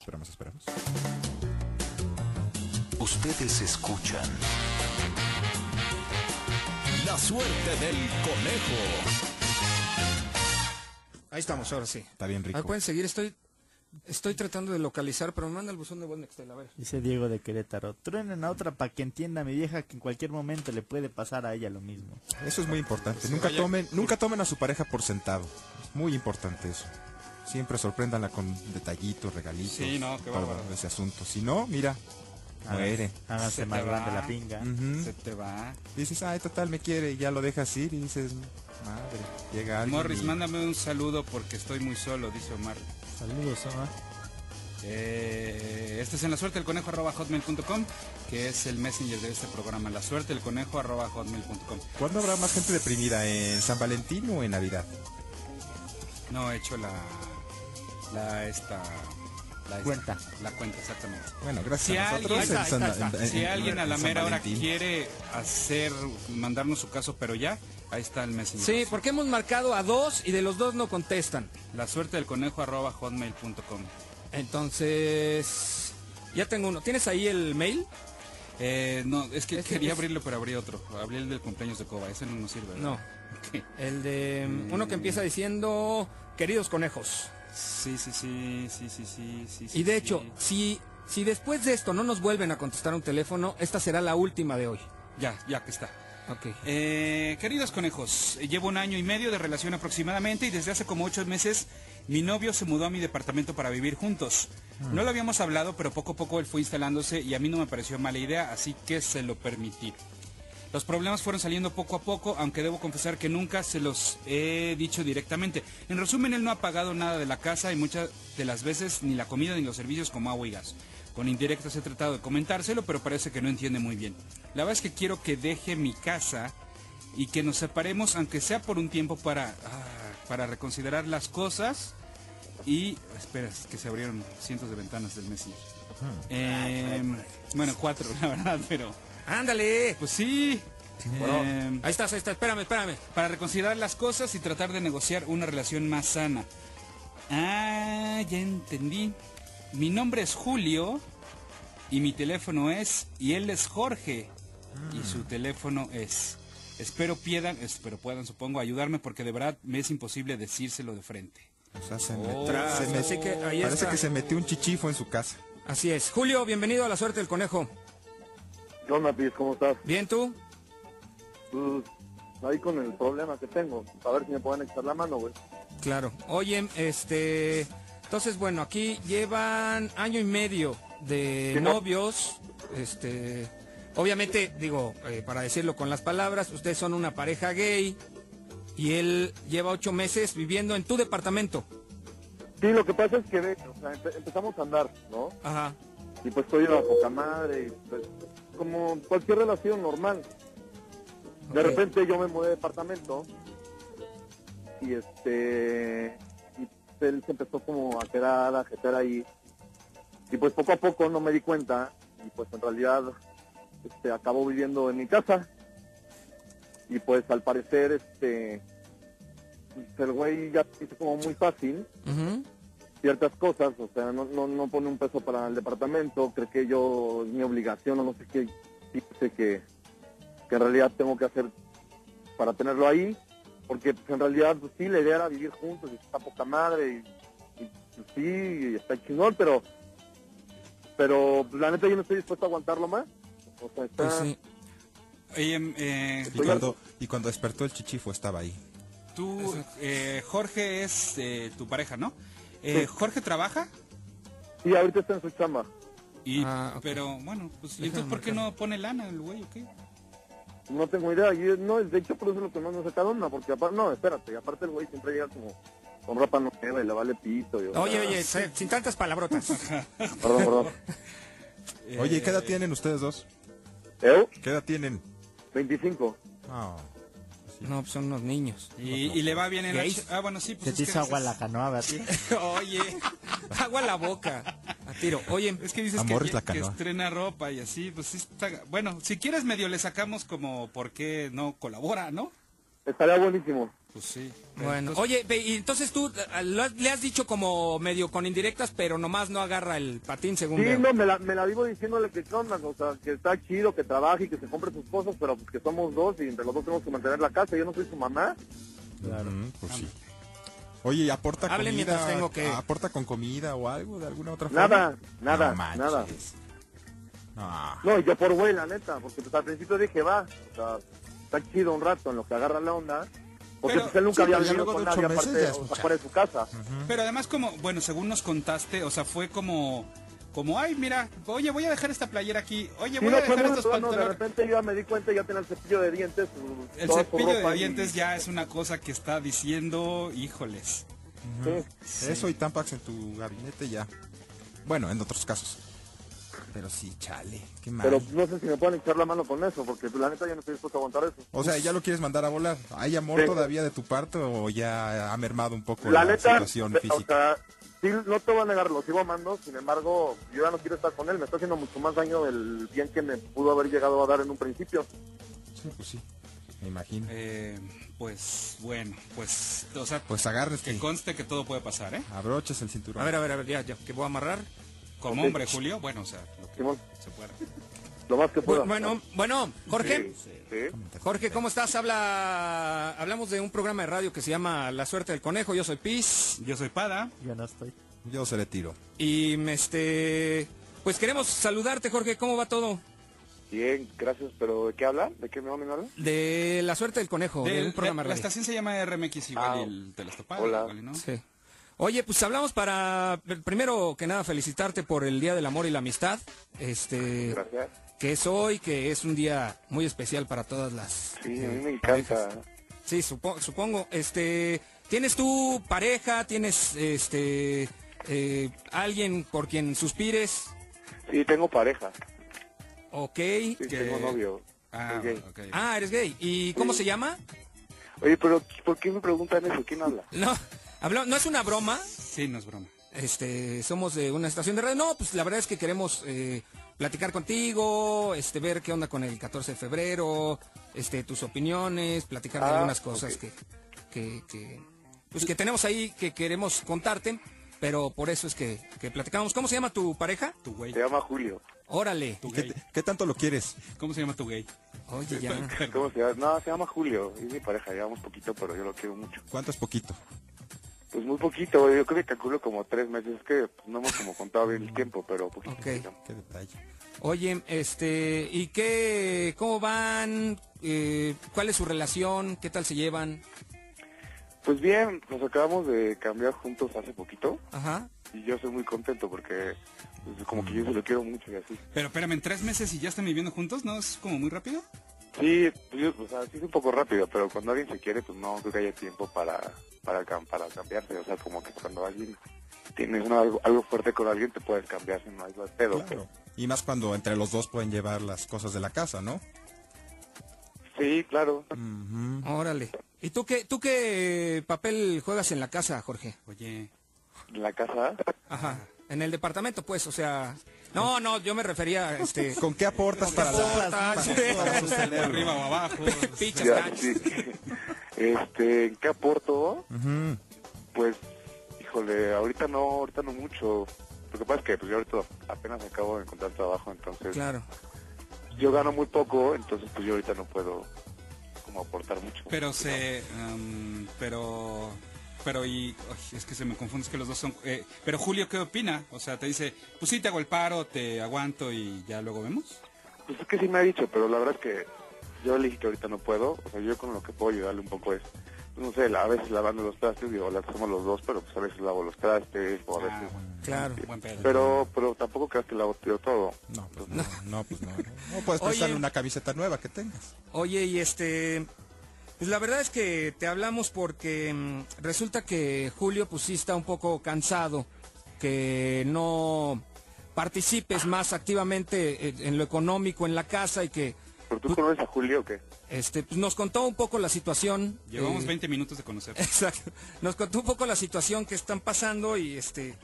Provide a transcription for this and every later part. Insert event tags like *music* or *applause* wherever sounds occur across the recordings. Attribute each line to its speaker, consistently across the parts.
Speaker 1: Esperamos, esperamos.
Speaker 2: Ustedes escuchan. La suerte del conejo.
Speaker 3: Ahí estamos, ahora sí.
Speaker 1: Está bien
Speaker 4: Ah,
Speaker 1: rico.
Speaker 3: Ahí pueden seguir, estoy, estoy tratando de localizar, pero me manda el buzón de Volnextel, a ver.
Speaker 5: Dice Diego de Querétaro. Truenen a otra para que entienda mi vieja que en cualquier momento le puede pasar a ella lo mismo.
Speaker 1: Eso es muy importante. Nunca tomen, nunca tomen a su pareja por sentado. Muy importante eso. Siempre sorpréndanla con detallitos, regalitos.
Speaker 4: Sí, no, qué
Speaker 1: todo
Speaker 4: bárbaro.
Speaker 1: ese asunto. Si no, mira, muere.
Speaker 5: Háganse
Speaker 4: Se
Speaker 5: más
Speaker 4: te
Speaker 5: grande
Speaker 4: va. Mm.
Speaker 5: la pinga.
Speaker 1: Ujú.
Speaker 4: Se te va.
Speaker 1: Dices, ay, total, me quiere. Y ya lo dejas ir y dices, madre, llega alguien.
Speaker 4: Morris,
Speaker 1: y-
Speaker 4: mándame un saludo porque estoy muy solo, dice Omar.
Speaker 5: Saludos, Omar.
Speaker 4: Eh, este es en la suerte el conejo arroba hotmail.com, que es el messenger de este programa. La suerte el conejo arroba hotmail.com.
Speaker 1: ¿Cuándo habrá más gente deprimida? ¿En San Valentín o en Navidad?
Speaker 4: No he hecho la. La esta. La esta-
Speaker 5: Cuenta.
Speaker 4: La cuenta, exactamente.
Speaker 1: Bueno, gracias
Speaker 4: Si
Speaker 1: a nosotros.
Speaker 4: alguien-
Speaker 1: en San-
Speaker 5: Ahí está, ahí está,
Speaker 1: en- en-
Speaker 4: Si
Speaker 1: en-
Speaker 4: alguien a la
Speaker 1: en Eh, San
Speaker 4: mera hora
Speaker 1: Valentín.
Speaker 4: quiere hacer, mandarnos su caso, pero ya, ahí está el messenger.
Speaker 3: Sí, porque hemos marcado a dos y de los dos no contestan.
Speaker 4: La suerte del conejo arroba hotmail.com.
Speaker 3: Entonces, ya tengo uno. ¿Tienes ahí el mail?
Speaker 4: Eh, no, es que
Speaker 3: Ese
Speaker 4: quería
Speaker 3: es-
Speaker 4: abrirlo, pero abrí otro. Abrí el del cumpleaños de Coba. Ese no nos sirve. ¿verdad?
Speaker 3: No.
Speaker 4: Ok.
Speaker 3: El de mm, uno que empieza diciendo, queridos conejos.
Speaker 4: Sí, sí, sí, sí, sí, sí, sí. sí,
Speaker 3: Y de
Speaker 4: sí.
Speaker 3: hecho, si, si después de esto no nos vuelven a contestar un teléfono, esta será la última de hoy.
Speaker 4: Ya, ya que está.
Speaker 3: Ok.
Speaker 4: Eh, queridos conejos, eh, llevo un año y medio de relación aproximadamente y desde hace como ocho meses mi novio se mudó a mi departamento para vivir juntos.
Speaker 3: Ah.
Speaker 4: No lo habíamos hablado, pero poco a poco él fue instalándose y a mí no me pareció mala idea, así que se lo permití. Los problemas fueron saliendo poco a poco, aunque debo confesar que nunca se los he dicho directamente. En resumen, él no ha pagado nada de la casa y muchas de las veces ni la comida ni los servicios como agua y gas. Con indirectas he tratado de comentárselo, pero parece que no entiende muy bien. La verdad es que quiero que deje mi casa y que nos separemos, aunque sea por un tiempo, para, ah, para reconsiderar las cosas. Y, espera, es que se abrieron cientos de ventanas del Messenger. Em, bueno, cuatro, *laughs* la verdad, pero...
Speaker 3: ¡Ándale!
Speaker 4: Pues sí. Em,
Speaker 3: Ahí estás, ahí está. Espérame, espérame.
Speaker 4: para reconsiderar las cosas y tratar de negociar una relación más sana. Ah, ya entendí. Mi nombre es Julio y mi teléfono es y él es Jorge y
Speaker 3: Ah.
Speaker 4: su teléfono es. Espero puedan, espero puedan supongo ayudarme porque de verdad me es imposible decírselo de frente.
Speaker 1: O sea, se metió-
Speaker 4: Oh.
Speaker 1: se metió-
Speaker 3: Así que ahí
Speaker 1: parece
Speaker 3: está.
Speaker 1: que se metió un chichifo en su casa.
Speaker 3: Así es. Julio, bienvenido a la suerte del conejo.
Speaker 6: ¿Qué onda, Piz? ¿Cómo estás?
Speaker 3: ¿Bien tú?
Speaker 6: Pues, ahí con el problema que tengo. A ver si me pueden echar la mano, güey.
Speaker 3: Claro. Oye, este. Entonces, bueno, aquí llevan año y medio de
Speaker 6: Sí, no.
Speaker 3: novios. Este. Obviamente, digo, eh, para decirlo con las palabras, ustedes son una pareja gay y él lleva ocho meses viviendo en tu departamento.
Speaker 6: Sí, lo que pasa es que ve, o sea, empe- empezamos a andar, ¿no?
Speaker 3: Ajá.
Speaker 6: Y pues estoy a poca madre, y, pues, como cualquier relación normal. De
Speaker 3: Ok.
Speaker 6: repente yo me mudé de departamento y este y él se empezó como a quedar, a jetear ahí. Y pues poco a poco no me di cuenta y pues en realidad este acabó viviendo en mi casa. Y pues al parecer este pues, el güey ya se hizo como muy fácil
Speaker 3: Ujú.
Speaker 6: ciertas cosas, o sea, no, no, no pone un peso para el departamento, cree que yo es mi obligación o no sé qué dice que, que en realidad tengo que hacer para tenerlo ahí, porque pues, en realidad pues, sí, la idea era vivir juntos, y está poca madre, y, y, pues, sí, y está chingón, pero pero pues, la neta yo no estoy dispuesto a aguantarlo más, o sea, está...
Speaker 3: Pues sí.
Speaker 4: Oye, em, eh,
Speaker 6: Pues
Speaker 1: Y cuando, y cuando despertó el chichifo estaba ahí.
Speaker 4: tú, eh, Jorge es eh, tu pareja, ¿no? Eh, Jorge trabaja
Speaker 6: sí, ahorita está en su chamba,
Speaker 4: y,
Speaker 3: Ah, ok.
Speaker 4: pero bueno, pues, ¿y
Speaker 3: Déjame
Speaker 4: entonces por qué
Speaker 3: marcarle.
Speaker 4: no pone lana el güey o qué?
Speaker 6: no tengo idea, y no, de hecho por eso es lo que más nos sacaron, no, porque aparte, no, espérate, y aparte el güey siempre llega como con ropa nueva y le vale pito, y, o
Speaker 3: Oye,
Speaker 6: sea,
Speaker 3: oye, sin- sin tantas palabrotas.
Speaker 6: Perdón, perdón.
Speaker 1: Oye, ¿y ¿qué edad
Speaker 6: Eh,
Speaker 1: tienen ustedes dos?
Speaker 6: ¿Eu?
Speaker 1: ¿Qué edad tienen?
Speaker 6: 25.
Speaker 1: Ah,
Speaker 3: No, pues son unos niños.
Speaker 4: Y, y le va bien en la...
Speaker 3: ¿Gays?
Speaker 4: ch- Ah, bueno, sí, pues...
Speaker 5: Se
Speaker 4: es
Speaker 5: te
Speaker 4: que
Speaker 5: hizo
Speaker 4: dices-
Speaker 5: agua la canoa, ¿verdad? *laughs*
Speaker 3: Oye, agua la boca. A tiro. Oye,
Speaker 4: Es que dices
Speaker 1: Amor
Speaker 4: que,
Speaker 1: es la
Speaker 4: que
Speaker 1: canoa.
Speaker 4: estrena ropa y así, pues sí está... Bueno, si quieres medio le sacamos como por qué no colabora, ¿no?
Speaker 6: Estaría buenísimo.
Speaker 4: Pues sí.
Speaker 3: Bueno, oye, ve, y entonces tú eh, lo has- le has dicho como medio con indirectas, pero nomás no agarra el patín según
Speaker 6: Sí,
Speaker 3: veo.
Speaker 6: no, me la, me la vivo diciéndole que qué onda, o sea, que está chido, que trabaje y que se compre sus cosas, pero pues que somos dos y entre los dos tenemos que mantener la casa, yo no soy su mamá.
Speaker 1: Ujú, pues sí. Oye, ¿y aporta
Speaker 3: Hablen
Speaker 1: comida?
Speaker 3: mientras tengo que-
Speaker 1: ¿Aporta con comida o algo de alguna otra forma?
Speaker 6: Nada, nada,
Speaker 1: No manches.
Speaker 6: nada.
Speaker 1: No.
Speaker 6: No, yo por güey, la neta, porque pues, al principio dije, va, o sea, está chido un rato en lo que agarra la onda, porque
Speaker 4: Pero-
Speaker 6: pues, él nunca
Speaker 1: sí,
Speaker 6: había
Speaker 1: pero ya
Speaker 6: vivido
Speaker 1: luego
Speaker 6: con
Speaker 1: de ocho
Speaker 6: nadie
Speaker 1: meses
Speaker 6: aparte,
Speaker 1: ya es
Speaker 6: o sea,
Speaker 1: muchacho.
Speaker 6: fuera de su casa.
Speaker 4: Pero además como, bueno, según nos contaste, o sea, fue como, como, ay, mira, oye, voy a dejar esta playera aquí, oye,
Speaker 6: Sí,
Speaker 4: voy
Speaker 6: no
Speaker 4: a
Speaker 6: fue
Speaker 4: dejar
Speaker 6: bueno,
Speaker 4: estos
Speaker 6: pero no, de
Speaker 4: pantalones.
Speaker 6: repente yo ya me di cuenta, ya tenía el cepillo de dientes, pues, su-
Speaker 4: El
Speaker 6: toda su
Speaker 4: cepillo de
Speaker 6: ropa y-
Speaker 4: dientes ya es una cosa que está diciendo, híjoles.
Speaker 6: Sí.
Speaker 1: Eso y Tampax en tu gabinete ya. Bueno, en otros casos. Pero sí, chale, qué mal.
Speaker 6: Pero no sé si me pueden echar la mano con eso, porque pues, la neta yo no estoy dispuesto a aguantar eso.
Speaker 1: O sea, ¿ya lo quieres mandar a volar? ¿Hay amor
Speaker 6: Sí.
Speaker 1: todavía de tu parte o ya ha mermado un poco
Speaker 6: la
Speaker 1: la,
Speaker 6: neta,
Speaker 1: situación
Speaker 6: o
Speaker 1: física?
Speaker 6: sea, sí, no te voy a negar, lo sigo amando, sin embargo, yo ya no quiero estar con él, me está haciendo mucho más daño del bien que me pudo haber llegado a dar en un principio.
Speaker 1: Sí, pues sí, me imagino.
Speaker 4: Eh, pues bueno, pues, o sea,
Speaker 1: Pues agarres
Speaker 4: que
Speaker 1: que
Speaker 4: conste que todo puede pasar, ¿eh?
Speaker 1: abroches el cinturón.
Speaker 3: A ver, a ver, a ver, ya, ya, que voy a amarrar.
Speaker 4: Como
Speaker 6: Ok.
Speaker 4: hombre, Julio, bueno, o sea, lo que
Speaker 6: Simón,
Speaker 4: se pueda.
Speaker 6: lo más que pueda.
Speaker 3: Bu- Bueno, bueno, Jorge.
Speaker 6: Sí.
Speaker 3: Jorge, ¿cómo estás? Habla, hablamos de un programa de radio que se llama La Suerte del Conejo, yo soy Piz
Speaker 4: Yo soy Pada.
Speaker 5: Yo no estoy.
Speaker 1: Yo se le tiro.
Speaker 3: y me, este, pues queremos saludarte Jorge, ¿cómo va todo?
Speaker 6: Bien, gracias, pero ¿de qué habla? ¿De qué me van a hablar?
Speaker 3: De La Suerte del Conejo, de,
Speaker 4: Del- eh,
Speaker 3: un programa
Speaker 4: la,
Speaker 3: de
Speaker 4: la
Speaker 3: radio.
Speaker 4: estación se llama RMX igual
Speaker 6: Ah,
Speaker 4: y el- te la está
Speaker 6: hola.
Speaker 4: igual y no.
Speaker 3: Sí. Oye, pues hablamos para, primero que nada, felicitarte por el Día del Amor y la Amistad, este,
Speaker 6: Gracias.
Speaker 3: que es hoy, que es un día muy especial para todas las...
Speaker 6: Sí, a mí me
Speaker 3: eh,
Speaker 6: encanta.
Speaker 3: parejas. Sí, supo- supongo. Este, ¿tienes tú pareja? ¿Tienes este eh, alguien por quien suspires?
Speaker 6: Sí, tengo pareja,
Speaker 3: Ok.
Speaker 6: sí,
Speaker 4: Que-
Speaker 6: tengo novio.
Speaker 4: Ah,
Speaker 6: soy gay.
Speaker 4: ok.
Speaker 3: Ah, eres gay. ¿Y cómo se llama?
Speaker 6: Oye, pero ¿por qué me preguntan eso? ¿Quién habla?
Speaker 3: No, habló- no es una broma.
Speaker 4: Sí, no es broma.
Speaker 3: Este, somos de una estación de radio. No, pues la verdad es que queremos eh, platicar contigo, este, ver qué onda con el 14 de febrero, este, tus opiniones, platicar de
Speaker 6: Ah,
Speaker 3: algunas cosas que, que, que, pues que tenemos ahí que queremos contarte, pero por eso es que, que platicamos. ¿Cómo se llama tu pareja?
Speaker 4: Tu güey.
Speaker 6: Se llama Julio.
Speaker 3: Órale.
Speaker 4: Tu
Speaker 1: ¿Qué,
Speaker 4: gay.
Speaker 1: te- qué tanto lo quieres?
Speaker 4: ¿Cómo se llama tu gay?
Speaker 3: Oye, ya.
Speaker 6: ¿Cómo se llama? No, se llama Julio. Es mi pareja, llevamos poquito, pero yo lo quiero mucho.
Speaker 1: ¿Cuánto es poquito?
Speaker 6: Pues muy poquito, yo creo que calculo como tres meses, es que pues, no hemos como contado bien el tiempo, pero poquito.
Speaker 3: Ok.
Speaker 6: poquito.
Speaker 1: Qué detalle.
Speaker 3: Oye, este, ¿y qué? ¿Cómo van? Eh, ¿Cuál es su relación? ¿Qué tal se llevan?
Speaker 6: Pues bien, nos acabamos de cambiar juntos hace poquito
Speaker 3: Ajá.
Speaker 6: y yo soy muy contento porque pues, como que yo se lo quiero mucho y así.
Speaker 4: Pero espérame, en tres meses y ya están viviendo juntos, ¿no? Es como muy rápido.
Speaker 6: Sí, pues, yo, o sea, sí es un poco rápido, pero cuando alguien se quiere, pues no creo que haya tiempo para, para, cam- para cambiarse. O sea, como que cuando alguien tienes una- algo, algo fuerte con alguien, te puedes cambiar sin más pedo.
Speaker 1: Claro. Y más cuando entre los dos pueden llevar las cosas de la casa, ¿no?
Speaker 6: pues. Sí, claro.
Speaker 1: Mm.
Speaker 3: Órale. ¿Y tú qué, tú qué papel juegas en la casa, Jorge?
Speaker 4: Oye,
Speaker 6: En la casa,
Speaker 3: Ajá. En el departamento, pues, o sea. No, no, yo me refería,
Speaker 1: *laughs*
Speaker 3: este.
Speaker 1: ¿Con qué aportas para la...
Speaker 3: Tortas,
Speaker 4: o arriba o
Speaker 3: *laughs*
Speaker 4: abajo.
Speaker 3: Pues, pichas,
Speaker 6: Ya,
Speaker 3: cachas.
Speaker 6: sí. Este, ¿en qué aporto?
Speaker 1: Ujú.
Speaker 6: Pues, híjole, ahorita no, ahorita no mucho. Lo que pasa es que pues, yo ahorita apenas acabo de encontrar trabajo, entonces
Speaker 3: Claro.
Speaker 6: yo gano muy poco, entonces pues yo ahorita no puedo como aportar mucho.
Speaker 4: Pero se... am, pero... Pero y... ay, es que se me confunde, es que los dos son... eh, pero Julio, ¿qué opina? O sea, te dice, pues sí, te hago el paro, te aguanto y ya luego vemos.
Speaker 6: Pues es que sí me ha dicho, pero la verdad es que yo le dije que ahorita no puedo. O sea, yo con lo que puedo ayudarle un poco es, pues, no sé, la- a veces lavando los trastes, digo, la hacemos los dos, pero pues a veces lavo los trastes o a
Speaker 4: Ah,
Speaker 6: veces...
Speaker 4: bueno,
Speaker 3: Claro.
Speaker 4: buen pedo.
Speaker 6: Pero, pero tampoco creas que lavo yo todo.
Speaker 1: No, pues no, no, pues no. No puedes
Speaker 3: Oye.
Speaker 1: prestarle una camiseta nueva que tengas.
Speaker 3: Oye, y este. Pues la verdad es que te hablamos porque mm, resulta que Julio, pues sí está un poco cansado que no participes más activamente eh, en- en lo económico en la casa y que
Speaker 6: ¿Pero tú conoces a Julio o qué?
Speaker 3: este pues, nos contó un poco la situación.
Speaker 4: Llevamos
Speaker 3: eh,
Speaker 4: 20 minutos de conocer.
Speaker 3: Exacto. Nos contó un poco la situación que están pasando y este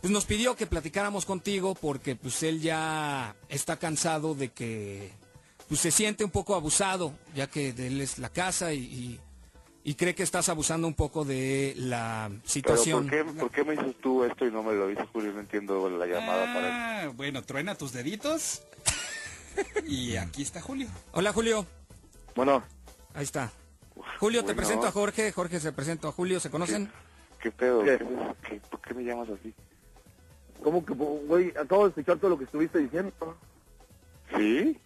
Speaker 3: pues nos pidió que platicáramos contigo porque pues él ya está cansado de que pues se siente un poco abusado, ya que de él es la casa y, y- y cree que estás abusando un poco de la
Speaker 6: Pero
Speaker 3: situación.
Speaker 6: ¿por qué, ¿por qué me dices tú esto y no me lo dices, Julio? No entiendo la *laughs* llamada para...
Speaker 4: Ah, bueno, truena tus deditos.
Speaker 6: *laughs*
Speaker 4: Y aquí está Julio.
Speaker 3: Hola Julio,
Speaker 7: Bueno,
Speaker 3: ahí está. Julio, te
Speaker 6: bueno.
Speaker 3: presento a Jorge, Jorge se presento a Julio, ¿se conocen?
Speaker 6: ¿Qué pedo?
Speaker 7: ¿Qué?
Speaker 6: ¿Qué? qué- ¿Por qué me llamas así?
Speaker 7: ¿cómo que, güey? Acabo de escuchar todo lo que estuviste diciendo.
Speaker 6: ¿Sí?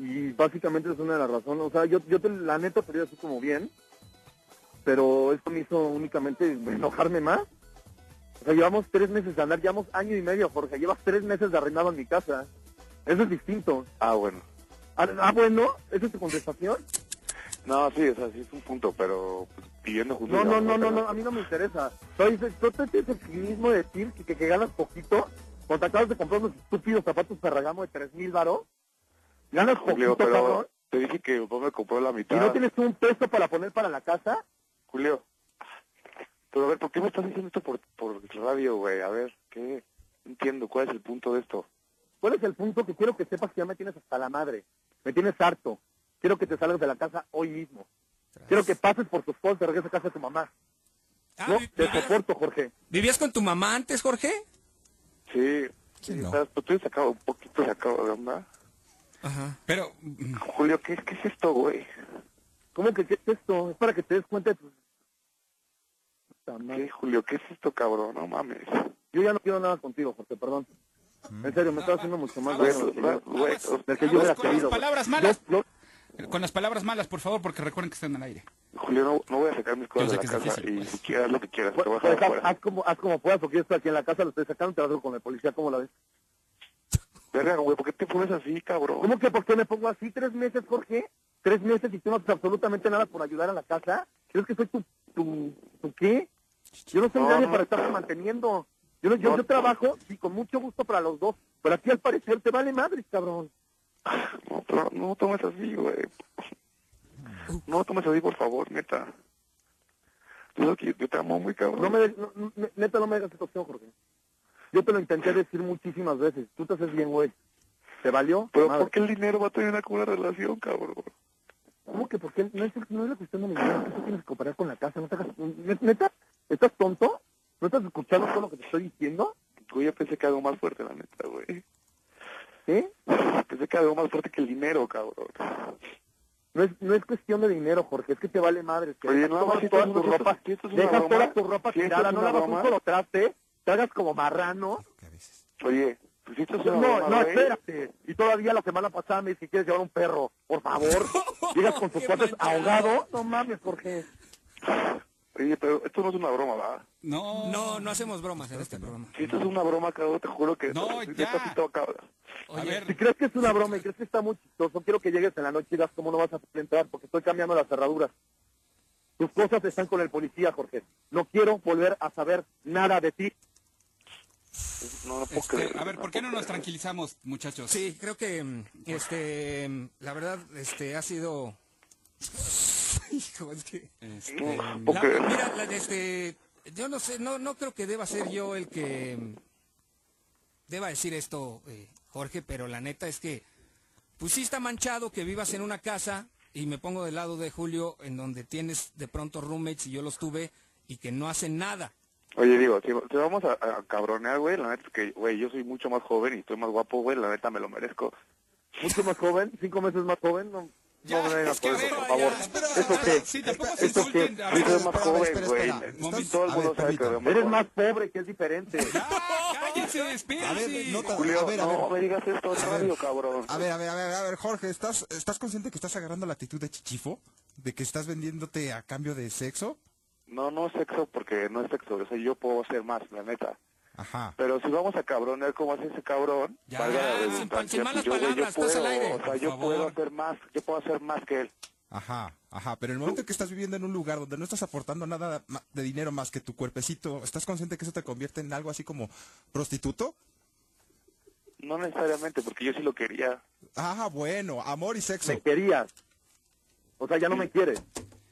Speaker 7: y básicamente es una de las razones. O sea, yo, yo te, la neta te así como bien, pero esto me hizo únicamente enojarme más. O sea, llevamos tres meses de andar, llevamos año y medio, Jorge. Llevas tres meses de arrendado en mi casa. Eso es distinto.
Speaker 6: Ah, bueno.
Speaker 7: Ah, ah, bueno, ¿esa es tu contestación?
Speaker 6: No, sí, o sea, sí es un punto, pero pues, viviendo juntos...
Speaker 7: No,
Speaker 6: ya
Speaker 7: no, no, no,
Speaker 6: aguanta,
Speaker 7: no, a mí no me interesa. Tú dices, tú te tienes el cinismo de decir que, que, que ganas poquito, cuando te acabas de comprar unos estúpidos zapatos Ferragamo de tres mil varos, ganas
Speaker 6: Julio,
Speaker 7: poquito,
Speaker 6: pero
Speaker 7: cabrón,
Speaker 6: te dije que mi papá me compró la
Speaker 7: y
Speaker 6: mitad.
Speaker 7: no tienes un peso para poner para la casa.
Speaker 6: Julio, pero a ver, ¿por qué me estás diciendo esto por, por radio, güey? A ver, ¿qué? No Entiendo, ¿cuál es el punto de esto?
Speaker 7: ¿Cuál es el punto que quiero que sepas que ya me tienes hasta la madre? Me tienes harto. Quiero que te salgas de la casa hoy mismo. Quiero que pases por tus cosas, te regreses a casa de tu mamá.
Speaker 3: Ah,
Speaker 7: No,
Speaker 3: vi-
Speaker 7: te
Speaker 3: vivías-
Speaker 7: soporto, Jorge.
Speaker 3: ¿Vivías con tu mamá antes, Jorge?
Speaker 6: Sí,
Speaker 1: Sí, no.
Speaker 6: ¿sabes? Pues tú eres sacado un poquito sacado de onda.
Speaker 3: Ajá.
Speaker 4: Pero, mm,
Speaker 6: Julio, ¿qué, qué es esto, güey?
Speaker 7: ¿Cómo que qué es esto? Es para que te des cuenta pues, de tus... Puta madre.
Speaker 6: ¿Qué, Julio? ¿Qué es esto, cabrón? No mames.
Speaker 7: Yo ya no quiero nada contigo, Jorge, perdón. En serio, me estás haciendo mucho más
Speaker 6: Güey,
Speaker 7: daño del que
Speaker 6: güey,
Speaker 7: yo-
Speaker 6: güey,
Speaker 7: del que yo hubiera
Speaker 4: Aguas con las
Speaker 7: querido. güey.
Speaker 4: palabras malas.
Speaker 7: Yo- yo-
Speaker 4: con las palabras malas, por favor, porque recuerden que están al aire.
Speaker 6: Julio, no, no voy a sacar mis cosas
Speaker 4: Yo sé
Speaker 6: de
Speaker 4: que
Speaker 6: la casa
Speaker 4: es difícil,
Speaker 6: y
Speaker 4: pues.
Speaker 6: si quieras lo que quieras, te voy a
Speaker 7: pues,
Speaker 6: dejar
Speaker 7: haz,
Speaker 6: afuera.
Speaker 7: haz como, haz como puedas, porque yo estoy aquí en la casa, lo estoy sacando, te lo hago con la policía, ¿cómo la ves?
Speaker 6: Verga, güey, ¿por qué te pones así, cabrón?
Speaker 7: ¿Cómo que por qué me pongo así tres meses, Jorge? Tres meses y tú no haces absolutamente nada por ayudar a la casa. ¿Crees que soy tu, tu, tu qué? Yo no soy
Speaker 6: No,
Speaker 7: nadie
Speaker 6: no.
Speaker 7: para estarse manteniendo. Yo, no- yo,
Speaker 6: No,
Speaker 7: yo trabajo, sí, con mucho gusto para los dos. Pero aquí al parecer te vale madre, cabrón.
Speaker 6: No, pero no tomes así, güey. No tomes así, por favor, neta. Yo, sé que yo te amo muy cabrón.
Speaker 7: No me, des- no- no- ne- neta, no me hagas esta opción, Jorge. Yo te lo intenté decir muchísimas veces. Tú te haces bien, güey. ¿Te valió?
Speaker 6: Pero
Speaker 7: Madre.
Speaker 6: ¿por qué el dinero va a tener una relación, cabrón?
Speaker 7: ¿Cómo que por qué? No es, no es la cuestión de mi vida. Tú tienes que comparar con la casa. No te hagas- ne- ¿Neta? ¿Estás tonto? ¿No estás escuchando todo lo que te estoy diciendo?
Speaker 6: Güey, yo pensé que algo más fuerte, la neta, güey.
Speaker 7: ¿Sí?
Speaker 6: Pensé que algo más fuerte que el dinero, cabrón.
Speaker 7: No es, no es cuestión de dinero, Jorge, es que te vale madre. Que
Speaker 6: Oye,
Speaker 7: dejas
Speaker 6: no,
Speaker 7: todas,
Speaker 6: si esto
Speaker 7: todas
Speaker 6: es
Speaker 7: tus
Speaker 6: una-
Speaker 7: ropas,
Speaker 6: si esto es una
Speaker 7: dejas
Speaker 6: broma,
Speaker 7: toda tu ropa
Speaker 6: si esto
Speaker 7: tirada,
Speaker 6: es
Speaker 7: no
Speaker 6: una
Speaker 7: lavas un
Speaker 6: broma.
Speaker 7: solo traste, te hagas como marrano.
Speaker 1: Que a veces.
Speaker 6: Oye, pues si esto es una
Speaker 7: No,
Speaker 6: broma,
Speaker 7: no, ¿eh?
Speaker 6: güey.
Speaker 7: espérate. Y todavía la semana pasada me dijiste que quieres llevar un perro, por *laughs* favor. Llegas con tus
Speaker 3: Qué
Speaker 7: cuates
Speaker 3: manchado.
Speaker 7: ahogado. No mames, Jorge.
Speaker 6: Oye, pero esto no es una broma, ¿va?
Speaker 4: No,
Speaker 3: No, no hacemos bromas en este programa.
Speaker 6: Si esto es una broma, cabrón, te juro que...
Speaker 4: No,
Speaker 6: neta,
Speaker 4: ya.
Speaker 6: sí te acabas.
Speaker 4: a
Speaker 3: Oye,
Speaker 7: Si
Speaker 4: ver,
Speaker 7: crees que es una broma y crees que está muy chistoso, quiero que llegues en la noche y digas cómo no vas a poder entrar porque estoy cambiando las cerraduras. Tus cosas están con el policía, Jorge. No quiero volver a saber nada de ti.
Speaker 6: No, no puedo
Speaker 4: este,
Speaker 6: creer,
Speaker 4: a ver, ¿por qué no nos tranquilizamos, muchachos?
Speaker 3: Sí, creo que mm, este mm, la verdad este ha sido *laughs* Hijo, es que
Speaker 4: Este,
Speaker 6: No, no puedo
Speaker 3: la-
Speaker 6: creer.
Speaker 3: mira, la- este yo no sé, no no creo que deba ser yo el que mm, deba decir esto, eh, Jorge, pero la neta es que pues sí está manchado que vivas en una casa y me pongo del lado de Julio en donde tienes de pronto roommates y yo los tuve y que no hacen nada.
Speaker 6: Oye, digo, si, si vamos a, a cabronear, güey, la neta es que, güey, yo soy mucho más joven y estoy más guapo, güey, la neta me lo merezco.
Speaker 7: mucho más joven, cinco meses más joven, no,
Speaker 4: Ya,
Speaker 7: no me vengan a
Speaker 4: es que a
Speaker 7: por eso,
Speaker 4: ver,
Speaker 7: por favor.
Speaker 4: ya, espera,
Speaker 7: ¿Eso qué?
Speaker 4: sí, tampoco se
Speaker 7: ¿Eso qué?
Speaker 4: insulten. A
Speaker 6: Yo
Speaker 4: ver,
Speaker 6: soy más
Speaker 1: espera,
Speaker 6: joven,
Speaker 1: espera,
Speaker 6: güey.
Speaker 1: espera.
Speaker 6: Momento,
Speaker 1: Estás-
Speaker 6: Todo el
Speaker 1: a
Speaker 6: mundo
Speaker 1: ver,
Speaker 6: sabe que
Speaker 1: permítame.
Speaker 6: veo
Speaker 7: Eres
Speaker 6: joven.
Speaker 7: más pobre, que es diferente.
Speaker 4: ah, *laughs* cállese,
Speaker 1: A ver,
Speaker 4: espérense.
Speaker 1: Eh, no tan-
Speaker 6: Julio,
Speaker 1: a ver, a ver.
Speaker 6: no me digas esto en radio, cabrón.
Speaker 1: A ver, a ver, a ver, a ver, Jorge, ¿estás, ¿estás consciente que estás agarrando la actitud de chichifo? ¿De que estás vendiéndote a cambio de sexo?
Speaker 6: No, no sexo, porque no es sexo. O sea, yo puedo hacer más, la neta.
Speaker 1: Ajá.
Speaker 6: Pero si vamos a cabronear como hace ese cabrón,
Speaker 4: Ya,
Speaker 6: valga la
Speaker 4: sin pa-
Speaker 6: redundancia, pues
Speaker 4: sin malas
Speaker 6: yo, güey,
Speaker 4: palabras,
Speaker 6: yo
Speaker 4: estás
Speaker 6: puedo,
Speaker 4: al aire,
Speaker 6: O sea,
Speaker 4: por
Speaker 6: yo
Speaker 4: favor.
Speaker 6: puedo hacer más, yo puedo hacer más que él.
Speaker 1: Ajá, ajá, pero en el momento que estás viviendo en un lugar donde no estás aportando nada ma- de dinero más que tu cuerpecito, ¿estás consciente que eso te convierte en algo así como prostituto?
Speaker 6: No necesariamente, porque yo sí lo quería.
Speaker 1: Ah, bueno, amor y sexo.
Speaker 7: Me querías. O sea, ya no me quieres.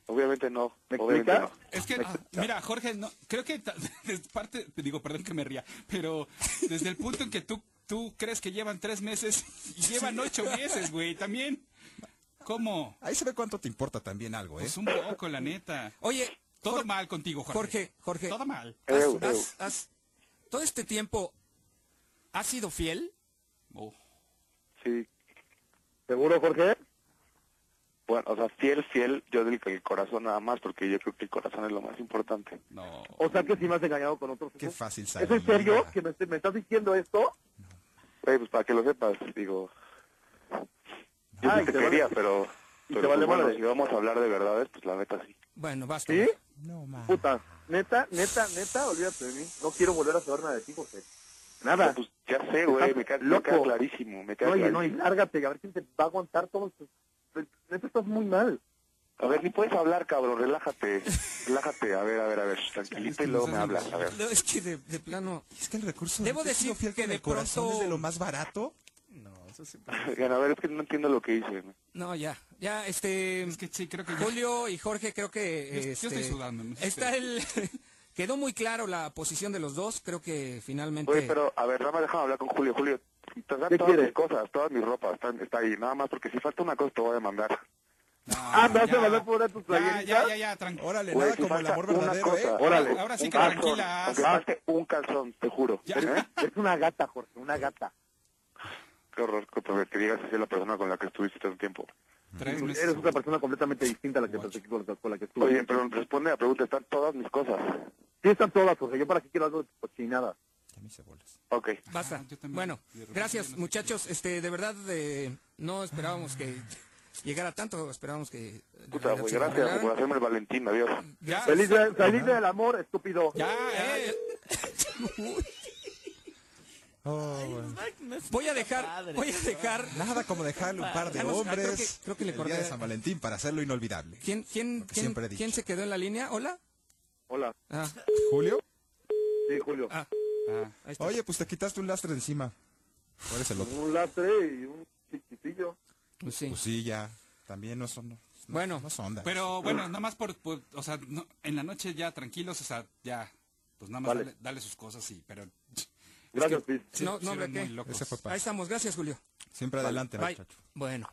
Speaker 6: Obviamente no.
Speaker 7: ¿Me
Speaker 6: obviamente
Speaker 7: explicas?
Speaker 6: no.
Speaker 4: Es que, ah, mira, Jorge, no, creo que ta- *laughs* desde parte, digo, perdón que me ría, pero desde el punto en que tú, tú crees que llevan tres meses y llevan ocho meses, güey, también. ¿Cómo?
Speaker 1: Ahí se ve cuánto te importa también algo, ¿eh?
Speaker 4: Pues un poco, la neta.
Speaker 3: Oye,
Speaker 4: Todo
Speaker 3: Jor-
Speaker 4: mal contigo, Jorge.
Speaker 3: Jorge, Jorge.
Speaker 4: Todo mal.
Speaker 3: ¿has-
Speaker 7: Eu, eu.
Speaker 3: has- has- todo este tiempo, ¿has sido fiel?
Speaker 4: Oh.
Speaker 7: Sí.
Speaker 6: ¿Seguro, Jorge?
Speaker 7: Bueno, o sea, fiel, fiel, yo del el corazón nada más, porque yo creo que el corazón es lo más importante.
Speaker 4: No.
Speaker 6: O sea que si me has engañado con otros.
Speaker 1: Qué fácil
Speaker 6: ¿Es
Speaker 1: salir.
Speaker 6: en serio que me, est- me estás diciendo esto?
Speaker 7: Güey, pues para que lo sepas, digo, yo
Speaker 6: Ah,
Speaker 7: sí
Speaker 6: ¿y
Speaker 7: te
Speaker 6: te vale-
Speaker 7: quería, pero,
Speaker 6: y
Speaker 7: pero,
Speaker 6: te vale
Speaker 7: pues, bueno,
Speaker 6: madre?
Speaker 7: si vamos a hablar de verdades, pues la neta sí.
Speaker 3: Bueno, basta.
Speaker 6: ¿Sí?
Speaker 1: No, ma.
Speaker 6: Puta, neta, neta, neta, olvídate de mí. No quiero volver a saber nada de ti, Jorge. Nada.
Speaker 7: No, pues ya sé, güey, me, queda- me
Speaker 6: Loco.
Speaker 7: queda clarísimo, me queda
Speaker 6: No, oye, no, y
Speaker 7: clarísimo.
Speaker 6: lárgate, y a ver quién te va a aguantar todo esto. Neta, estás muy
Speaker 7: *laughs*
Speaker 6: mal.
Speaker 7: A ver, ni puedes hablar, cabrón, relájate, relájate, a ver, a ver, a ver, tranquilito y luego me hablas, a ver.
Speaker 3: No, es que de, de plano.
Speaker 1: Es que el recurso
Speaker 3: Debo
Speaker 1: ahorita es
Speaker 3: decir
Speaker 1: uno fiel
Speaker 3: que
Speaker 1: con
Speaker 3: de
Speaker 1: el corazón
Speaker 3: pronto-
Speaker 1: es de lo más barato.
Speaker 5: No, eso sí.
Speaker 7: Oigan, a ver, es que no entiendo lo que hice. ¿no?
Speaker 3: No, ya. Ya, este.
Speaker 4: Es que sí, creo que ya-
Speaker 3: Julio y Jorge, creo que.
Speaker 4: Yo- yo
Speaker 3: este,
Speaker 4: estoy sudando, no sé
Speaker 3: Está el. *laughs* Quedó muy claro la posición de los dos. Creo que finalmente.
Speaker 7: Oye, pero, a ver, nada más déjame hablar con Julio, Julio, te dan
Speaker 6: ¿Qué
Speaker 7: todas mis
Speaker 6: quieres?
Speaker 7: cosas, todas mis ropas, están, está ahí, nada más, porque si falta una cosa te voy a demandar.
Speaker 4: No,
Speaker 6: Ah, ¿me vas a
Speaker 4: ya.
Speaker 6: mandar por ahora tus
Speaker 4: Ya,
Speaker 6: playeritas?
Speaker 4: ya, ya, ya, tranquilo.
Speaker 1: Órale,
Speaker 7: Güey,
Speaker 1: nada
Speaker 7: si
Speaker 1: como el
Speaker 7: falta
Speaker 1: amor
Speaker 7: una
Speaker 1: verdadero, ¿eh?
Speaker 7: cosa,
Speaker 6: Órale.
Speaker 4: Ahora sí
Speaker 7: un
Speaker 4: que
Speaker 7: calzón,
Speaker 4: tranquila.
Speaker 7: Aunque falte un calzón, te juro.
Speaker 4: Ya.
Speaker 7: ¿Eh?
Speaker 6: Es una gata, Jorge, una gata.
Speaker 7: Qué horror que te- que digas que es la persona con la que estuviste tanto tiempo.
Speaker 4: Traes unos-
Speaker 6: Eres otra persona completamente distinta a la que pensé que con la, con la que estuve.
Speaker 7: Oye, pero responde a la pregunta, están todas mis cosas.
Speaker 6: Sí, están todas, Jorge. Yo para qué quiero algo de cochinada.
Speaker 1: Ya me hice bolas.
Speaker 7: Ok.
Speaker 3: Basta.
Speaker 4: Ah, yo también.
Speaker 3: bueno,
Speaker 4: De repente
Speaker 3: gracias
Speaker 4: ya no sé
Speaker 3: muchachos. Este, de verdad, eh, no esperábamos que
Speaker 4: Ah.
Speaker 3: llegara tanto. Esperábamos que. eh, de
Speaker 7: Puta,
Speaker 3: verdad
Speaker 7: güey,
Speaker 3: se
Speaker 7: gracias por
Speaker 3: arreglaran.
Speaker 7: hacerme el Valentín, adiós.
Speaker 4: Ya,
Speaker 6: Feliz, de- feliz del amor, estúpido.
Speaker 4: ya, ya, ya.
Speaker 3: *laughs*
Speaker 1: Oh, bueno.
Speaker 3: Voy a dejar,
Speaker 5: Padre.
Speaker 3: voy a dejar.
Speaker 1: Nada como dejarle un par de
Speaker 3: Ya nos- ah, creo que-
Speaker 1: hombres
Speaker 3: creo que le
Speaker 1: el día
Speaker 3: corté.
Speaker 1: de San Valentín para hacerlo inolvidable.
Speaker 3: ¿Quién, quién,
Speaker 1: Lo que
Speaker 3: quién,
Speaker 1: siempre he dicho.
Speaker 3: quién se quedó en la línea? Hola.
Speaker 6: Hola.
Speaker 3: Ah,
Speaker 1: ¿Julio?
Speaker 6: Sí, Julio.
Speaker 3: ah,
Speaker 4: Ah,
Speaker 3: ahí está.
Speaker 1: Oye, pues te quitaste un lastre de encima. ¿Cuál es el otro?
Speaker 6: Un lastre y un chiquitillo.
Speaker 3: Pues sí.
Speaker 1: Pues sí, ya. También no son... no-
Speaker 3: Bueno,
Speaker 1: no son onda.
Speaker 4: Pero bueno, nada más por, por- o sea, no- en la noche ya tranquilos, o sea, ya, pues nada más
Speaker 6: Vale.
Speaker 4: dale, dale sus cosas y, pero
Speaker 6: Gracias, Pete.
Speaker 4: sí,
Speaker 3: No, no,
Speaker 4: sí eran
Speaker 3: ¿de qué?
Speaker 4: muy locos.
Speaker 1: Ese fue
Speaker 3: Ahí estamos. Gracias, Julio.
Speaker 1: Siempre adelante,
Speaker 3: Bye.
Speaker 1: muchacho. Ah.
Speaker 3: Bueno.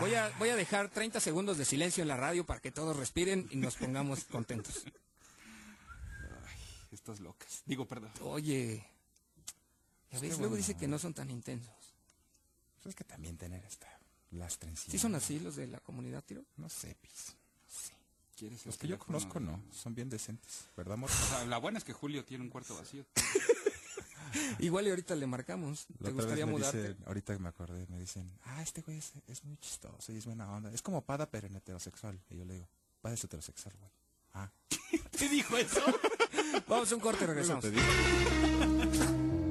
Speaker 3: Voy a, voy a dejar 30 segundos de silencio en la radio para que todos respiren y
Speaker 1: *laughs*
Speaker 3: nos pongamos contentos.
Speaker 4: Estas locas. Digo, perdón.
Speaker 3: Oye. ¿Ya ves? Luego dice que no son tan intensos.
Speaker 1: Pues es que también tener esta lastre encima.
Speaker 3: ¿Sí son así los de la comunidad, tiro?
Speaker 1: No sé, pis. No sé.
Speaker 4: ¿Quieres el
Speaker 1: Los que yo
Speaker 4: teléfono?
Speaker 1: conozco no. Son bien decentes. ¿Verdad, amor?
Speaker 4: O sea, la buena es que Julio tiene un cuarto vacío. *laughs*
Speaker 3: Igual y ahorita le
Speaker 1: La
Speaker 3: marcamos. ¿Te
Speaker 1: otra vez
Speaker 3: gustaría
Speaker 1: me
Speaker 3: mudarte?
Speaker 1: dicen- ahorita que me acordé, me dicen, ah, este güey es, es muy chistoso y es buena onda. Es como Pada, pero en heterosexual. Y yo le digo, Pada es heterosexual, güey. Ah.
Speaker 4: ¿Te dijo eso?
Speaker 3: Vamos a un corte y regresamos.
Speaker 1: Te digo.